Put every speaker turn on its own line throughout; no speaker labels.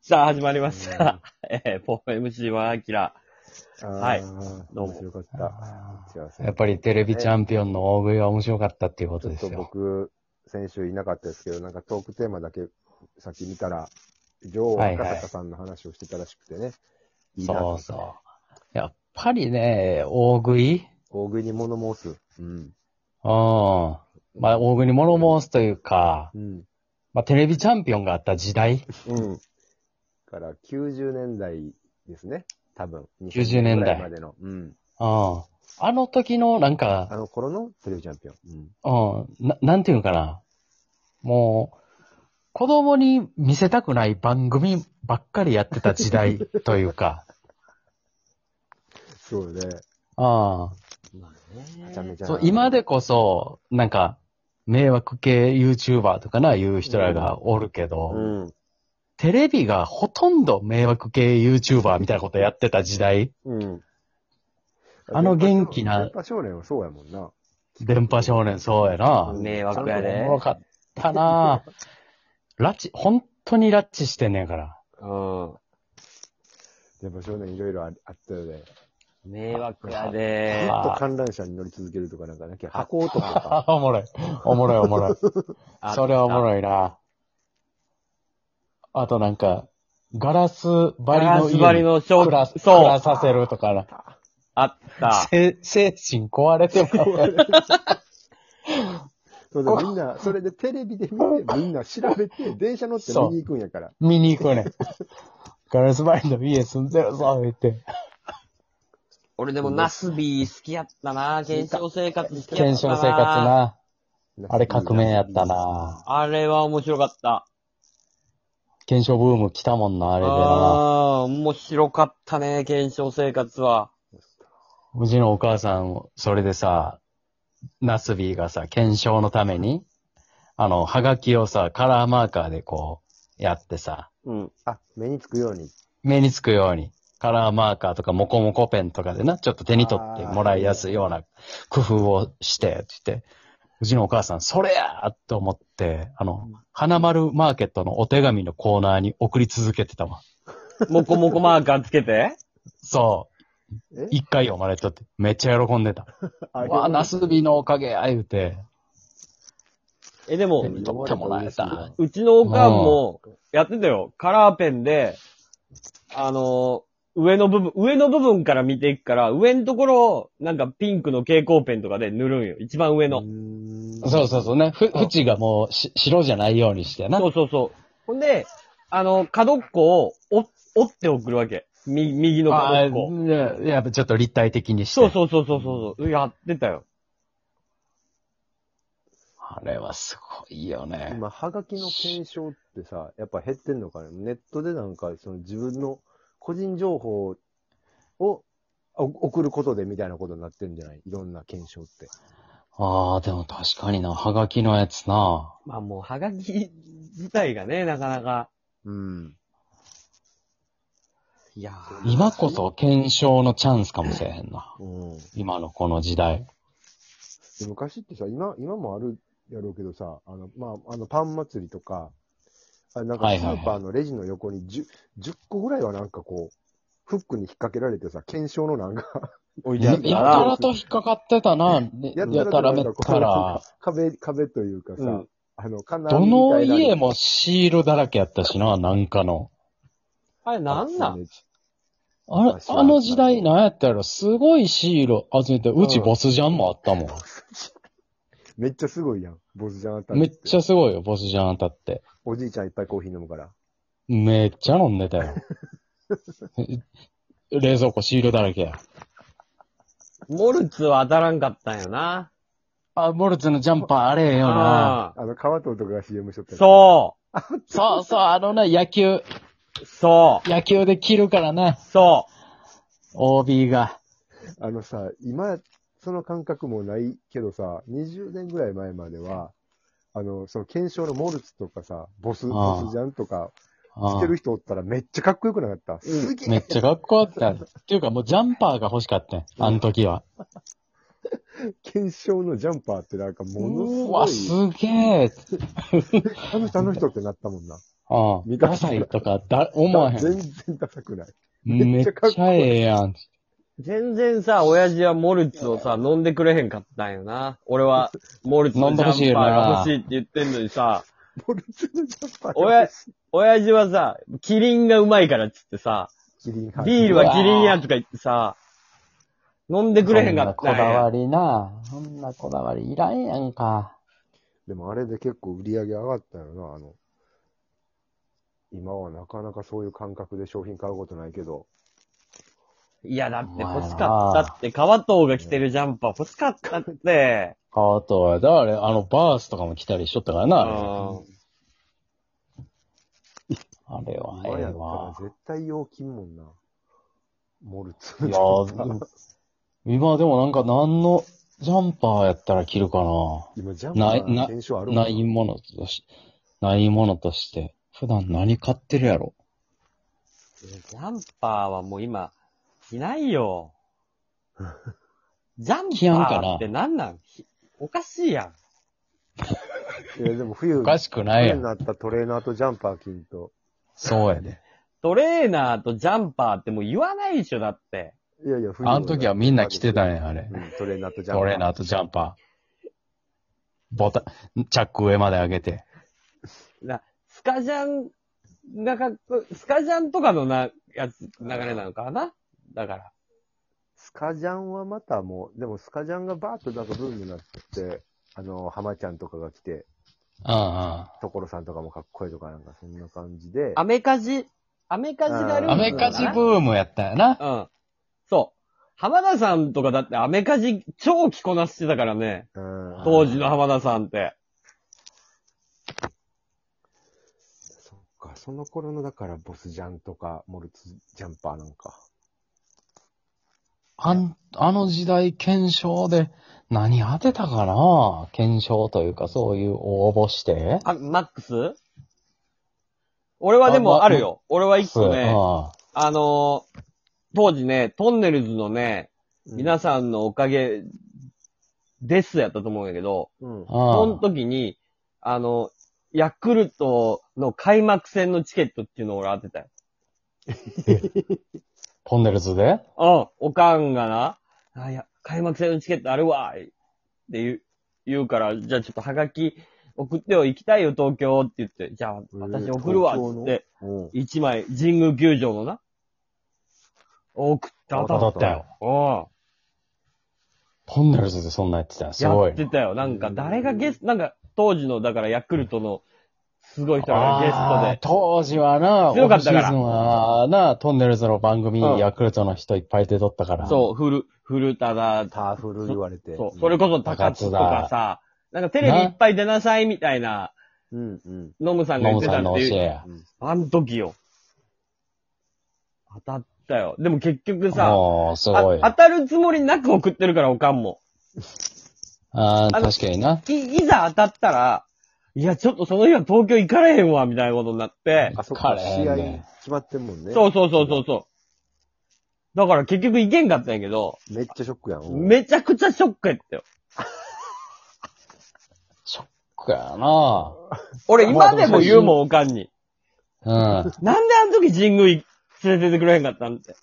さあ、始まりました。えー、ポー MC はアキラ。はいど
ど
う
う
も
も。面白かった。すいません。
やっぱりテレビチャンピオンの大食いは面白かったっていうことで
ち
す
ょっと
よ。
僕、先週いなかったですけど、なんかトークテーマだけ先見たら、女王
はい
赤
はい
坂さんの話をしてたらしくてね。いいなと
そ
思
う
って
そう。やっぱりね、大食い
大食いに物申す。うん。
うん。まあ、大食いに物申すというか、
うん。
まあ、テレビチャンピオンがあった時代、
うん。から、90年代ですね。多分。
90年代
ぐらいまでの。うん。
うん。あの時の、なん
あ
か、
の頃のテレビチャンピオン。うん。
うん、ななんていうのかな。もう、子供に見せたくない番組ばっかりやってた時代という か、
そうね。
うん。
まあ
めちゃめちゃ。
そう、今でこそ、なんか、迷惑系 YouTuber とかな、いう人らがおるけど、
うん。
テレビがほとんど迷惑系 YouTuber みたいなことやってた時代、
うん。
あの元気な
電波少年はそうやもんな。
電波少年そうやな。
うん
迷惑
ちゃ
や
んとお
で
も。ろかったな拉致、本当に拉致してんねんから。
う
電波少年いろいろああったよね。
ん。迷惑やで
ず。
あ
っと観覧車に乗り続けるとかなんかなきゃ、箱男とか。
あ おもろい。おもろいおもろい。それはおも
い。
ろいな。あとなんか、ガラス張
ガ
り
ラ
の
ス張り
家に
のショ
暮ら
ー
す暮
そ
ら
う。
させるとかな。
あった。
せ精神壊れてもらう。
そうだ、みんな、それでテレビで見て、みんな調べて、電車乗って見に行くんやから。
見に行くねん。 ガラス張りの家住んでるぞ、言って。
俺でもナスビー好きやったな。検証生活好きやったな。
検証生活。な。あれ革命やった。な。
あれは面白かった。
検証ブーム来たもんな、あ
あ
れでな。
あー、面白かったね、検証生活は。
うちのお母さん、それでさ、ナスビーがさ、検証のために、あの、はがきをさ、カラーマーカーでこう、やってさ、
うん。
あ、目につくように。
目につくように、カラーマーカーとかモコモコペンとかでな、ちょっと手に取ってもらいやすいような工夫をして、って言って、うちのお母さん、それやと思って、あの、花丸マーケットのお手紙のコーナーに送り続けてたわ。
もこもこマーカーつけて。
そう
え。
一回読まれたって、めっちゃ喜んでた。
あ
わあ、ナスビのおかげや、言うて。
え、でも
手、に取ってもらえた。
うちのおかんも、やってたよ。カラーペンで、あのー、上の部分、上の部分から見ていくから、上のところを、なんかピンクの蛍光ペンとかで塗るんよ。一番上の。
そうそうそうね。ふ、縁がもうし、白じゃないようにしてな
そ。うそうそう。ほんで、あの、角っこを折折って送るわけ。み、右の
ああ、
角っこ。
ねやっぱちょっと立体的にして。
そうそうそうそうそう。やってたよ。
あれはすごいよね。
今、はがきの検証ってさ、やっぱ減ってんのかね。ネットでなんか、その自分の個人情報をお送ることでみたいなことになってるんじゃないいろんな検証って。
ああ、でも確かにな、はがきのやつな。
まあもう、はがき自体がね、なかなか。
うん。
いやー
今こそ検証のチャンスかもしれへんな。
うん。
今のこの時代。
で昔ってさ、今、今もあるやろうけどさ、あの、まあ、あの、パン祭りとか、あなんか
は
ス
いはいはい
ーパーのレジの横に 10, 10個ぐらいはなんかこう、フックに引っ掛けられてさ、検証のなんか、
置いてあ
や
った
た
ら
ら、と引っかかってたな。
や
や
たら
たらめっ
となんかこう
たら。
壁、壁というかさ、
うん
あの、金網
ど
み
の
たいな
家もシールだらけやったしな、なんかの。
あれなんなん
あれ、あの時代なんやったやろすごいシール集めて、うちボスジャンもあったも
めっちゃすごいやん。ボスじゃなかった
ん。めっち
ゃ。
ゃすごいよ、ボスジャン当たって。
おじいちゃんいっぱいコーヒー飲むから。
めっちゃ飲んでたよ。冷蔵庫シールだらけや。
モルツは当たらんかったんよな。
あ、モルツのジャンパーあれええよな。
ああ
あの、川藤とかが CM しとったやつ
そ
そうそう、あのな、野球、
う、そ
野球で切るからな
う、、そ
OB が。
あのさ、今、その感覚もないけどさ、20年ぐらい前までは、あの、その検証のモルツとかさ、ボス、
ああ
ボスジャンとか、
あ
し
あ
てる人おったらめっちゃかっこよくなかった。すげえ、
めっちゃかっこよかった。っていうかもうジャンパーが欲しかったんあの時は。
検証のジャンパーってなんかも
うわ、
のす
すげえ。
ごい、あの人あの人ってなったもんな。
ああ、
見た
ダ
ことな
サ
い
いとか、だ、思わへ
全
ん。
然ダサくない。
め
め
っ
っちゃかっ
ち
こいい
ゃええやん。
全然さ、親父はモルツをさ、飲んでくれへんかったんよな。俺は、モルツのジャンパーが欲しいって言ってんのにさ、
モルツのジャンパーが
親、親父はさ、キリンがうまいからっつってさ、
キリン派
ビールはキリンやとか言ってさ、飲んでくれへんかっ
そ
た
んなこだ
んや
わ。りな。そんなこだわりいらんやんか。
でもあれで結構売り上げ上がったよな、あの。今はなかなかそういう感覚で商品買うことないけど、
いや、だって欲しかったって、川藤が着てるジャンパー欲しかったって。
あとは、だからあの、バースとかも来たりしとったからな、あれ
うん
あれは
今
ええ
やったら
わ。
絶対用金もんな。モルツ
い
の
や
ジャン
ー、
パー
今でもなんか何のジャンパーやったら着るかな。
今ジャンパーの検証あるもん
ないものとし、ないものとして。普段何買ってるやろ。
ジャンパーはもう今、着な いよ。ジャン
着やん
パ
か
ー
な
ってなんなんひおかしいやん。
いや、でも冬、
おかしくない
冬
や
に
ん。
なったトレーナーとジャンパー金と。
そうやで。
トレーナーとジャンパーってもう言わないでしょ、だって。
いやいや、冬
あの時はみんな着てたんや、あれ。
うん、トレーナーとジャンパー。
トレーナーとジャンパー。ボタン、チャック上まで上げて。
なスカジャンがかっこ、スカジャンとかのな、やつ、流れなのかなだから。
スカジャンはまたもう、でもスカジャンがバーッとなんかブームになって、あの、浜ちゃんとかが来て、
うんうん。
所さんとかもかっこいいとかなんかそんな感じで、
アメカジ、アメカジがルール
ア
なの
メ
かな
カジブームやったよな。
うん。そう。浜田さんとかだってアメカジ超着こなしてたからね。
うん。
当時の浜田さんって。
そっか、その頃のだからボスジャンとか、モルツジャンパーなんか。
あんあの時代、検証で何当てたかな検証というか、そういう応募して。
あ、マックス俺はで
あ
も
ま
あるよ。俺は一個ね、
あ
あのー当時ね、トンネルズのね、皆
さ
さんのおかげですやったと思うんやけど、
ん、うん
あ。ああ
その時に、あの、ヤクルトの開幕戦のチケットっていうのを俺当てたよ。
トンネルズで
うん、おかんがな、あ、いや、開幕戦のチケットあるわいって言う、言うから、じゃあちょっとハガキ送ってよ、行きたいよ、東京って言って、じゃあ私送るわ、っ
東京
つ
の
って、
うん。
一枚、神宮球場のな、送った、
当
当
当
た
た
た
っ
っ
う
ったよ。
ん。
トンネルズでそんなやってたよ。す
や
ごい
って。たよ。なんか、誰がゲスト、なんか、当時の、だから、ヤクルトの、すごい人がゲ
ああ
スト
当時はな、
強かったから
オフシーズンはな、トンネルズの番組、
うん
ヤクルトの人いっぱい出とったから。
で、そう、古、古田だ、
ターフル言われて。
そう、それこそ高津とかさ、なんかテレビいっぱい出なさいみたいな、
うんうん。
ノムさんが
ノ
言っ
ムさん
てた
の
っ
教
て
え
いう。
や。
あの時よ。当たったよ。でも結局さ、
おー、す
あ
ごい。
当
あ
たるつもりなく送ってるから、おかんも。
あー、
あの
確かにな。
い、いざ当たったら、いや、ちょっとその日は東京行かれへんわ、みたいなことになって。
あそこ
カ
か、
レー
試合
ね
決まってんもんね。
そうそうそうそうそう。だから結局行けんかったんやけど、
めっちゃショックやん。うん
めちゃくちゃショックやったよ。
ショックやな。
俺今でも言うもん、おかんに。
うん。
なんであの時神宮連れてってくれへんかったんって。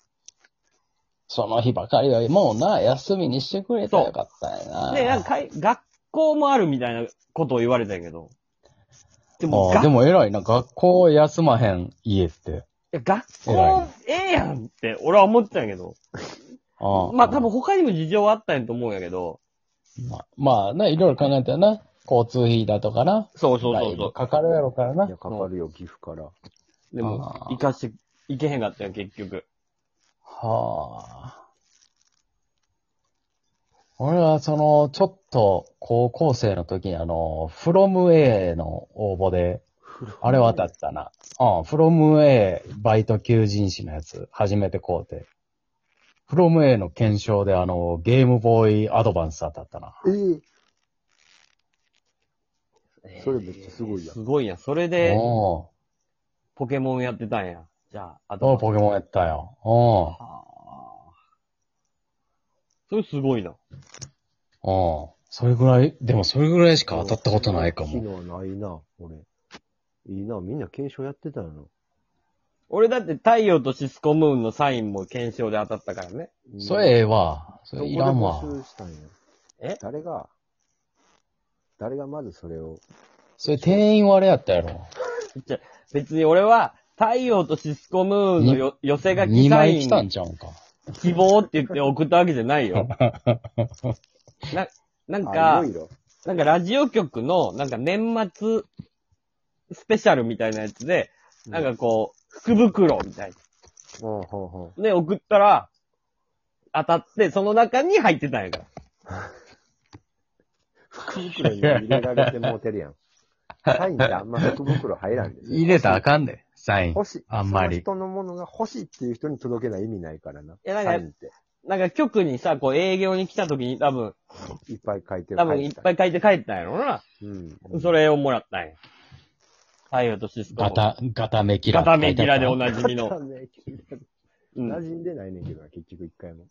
その日ばかりは、もうな、休みにしてくれたらよかったんやな。
で、なんかかい、学校もあるみたいなことを言われたんやけど。でも、
ああ
が
でも偉いな。学校休まへん家って。
いや学校ええやんって、俺は思ってたんやけど。
ああ
まあ多分他にも事情はあったんやと思うんやけど。
まあ、まあな、いろいろ考えたらな。交通費だとかな。
そうそう
だ
そう
い
そ
ぶかかるやろからない
や、。かかるよ、岐阜から。
う。でも
あ、ー
行かして、行けへんかったんや、結局。
はあ。俺は、その、ちょっと、高校生の時に、あの、from A の応募で、あれ渡ったな。うん、from A バイト求人誌のやつ、初めて買うて。from A の検証で、あの、ゲームボーイアドバンス当たったな。
ええそれめっちゃすごいやん
す。ごいやん。それで、
おう
ポケモンやってたんや。じゃあ、あ
ど
と
う。ポケモンやったよ。おう
はあそれすごいな。
おうそれぐらい、でもそれぐらいしか当たったことないか
機
も。
能ないな、俺。いいな、みんな検証やってたの。
俺だって太陽とシスコムーンのサインも検証で当たったからね。
それええわ。そ
どこ
れ
で
いらんわ。
募集したんや。
え
誰が、誰がまずそれを。
それ店員はあれやったやろ。
別に俺は、太陽とシスコムーンのよ寄せ書き
2
サ
枚
イ
来たん
ン、
ちゃうんか。
希望って言って送ったわけじゃないよ。な、なん
あ、
か
い、ろいろ。
なんかラジオ局の、なんか年末スペシャルみたいなやつで、なんかこう、福袋みたい
うん、ほうほ
な。で、送ったら、当たって、その中に入ってたんやから。
う。福袋に入れられてもうてるやん。サインってあんま福袋入らんで。
入れたらあかんで、サイン。
欲しい。
あんまり
その人のものが欲しいっていう人に届けない意味ないからな。い
やなんか
サインって。
なんか局にさ、こう営業に来た時に多分、
いっぱい書いてる。
多分いっぱ
い。
い書いて帰ったんやろな。
うん。
それをもらったんや。太陽とシスコムー
ガ
ン。
タ、ガタメキラ。
ガタメキラでお
な
なじみ
わ
の
か。んないけど
うん
馴染んでないねんけどな、結局一回も。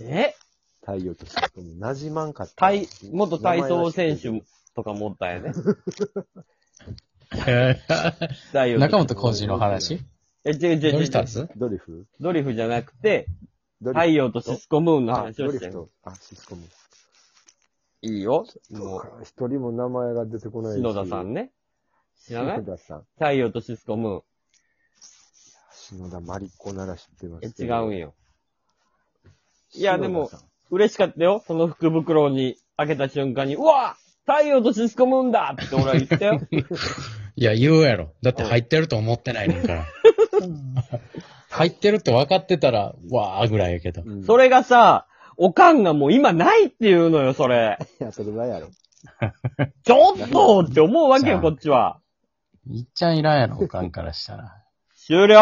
え
太陽とシスコム、馴染まんかった。
体、元体操選手とかもおったんやね。太陽と
中本浩二の話
え、違う違
ど
う違
う
う
したんす
ドリフ
ドリフじゃなくて、
ド
太
リ
陽とシスコムーン
フ
の
あ
話
ド
を
リ
し
フ
てる。
と、あ、シスコム。
いいよ。もう、
一人も名前が出てこないし
篠田さんね。知らない
篠田さん。
太陽とシスコム
篠田マリコなら知ってま
ーン。え
すけ
違
ど。
うん
よ。
よ。いやでも嬉しかったよ。その福袋に開けた瞬間に、うわ太陽とシスコムーンだって俺は言ったよ。
いや、言うやろ。だって入ってると思ってないねん から。入ってるって分かってたら、わーぐらいやけど。
うん、
それがさ、おかんがもう今ないっていうのよ、それ。
やったらやろ。
ちょっとって思うわけよ、こっちは。
いっちゃんいらんやろ、おかんからしたら。
終了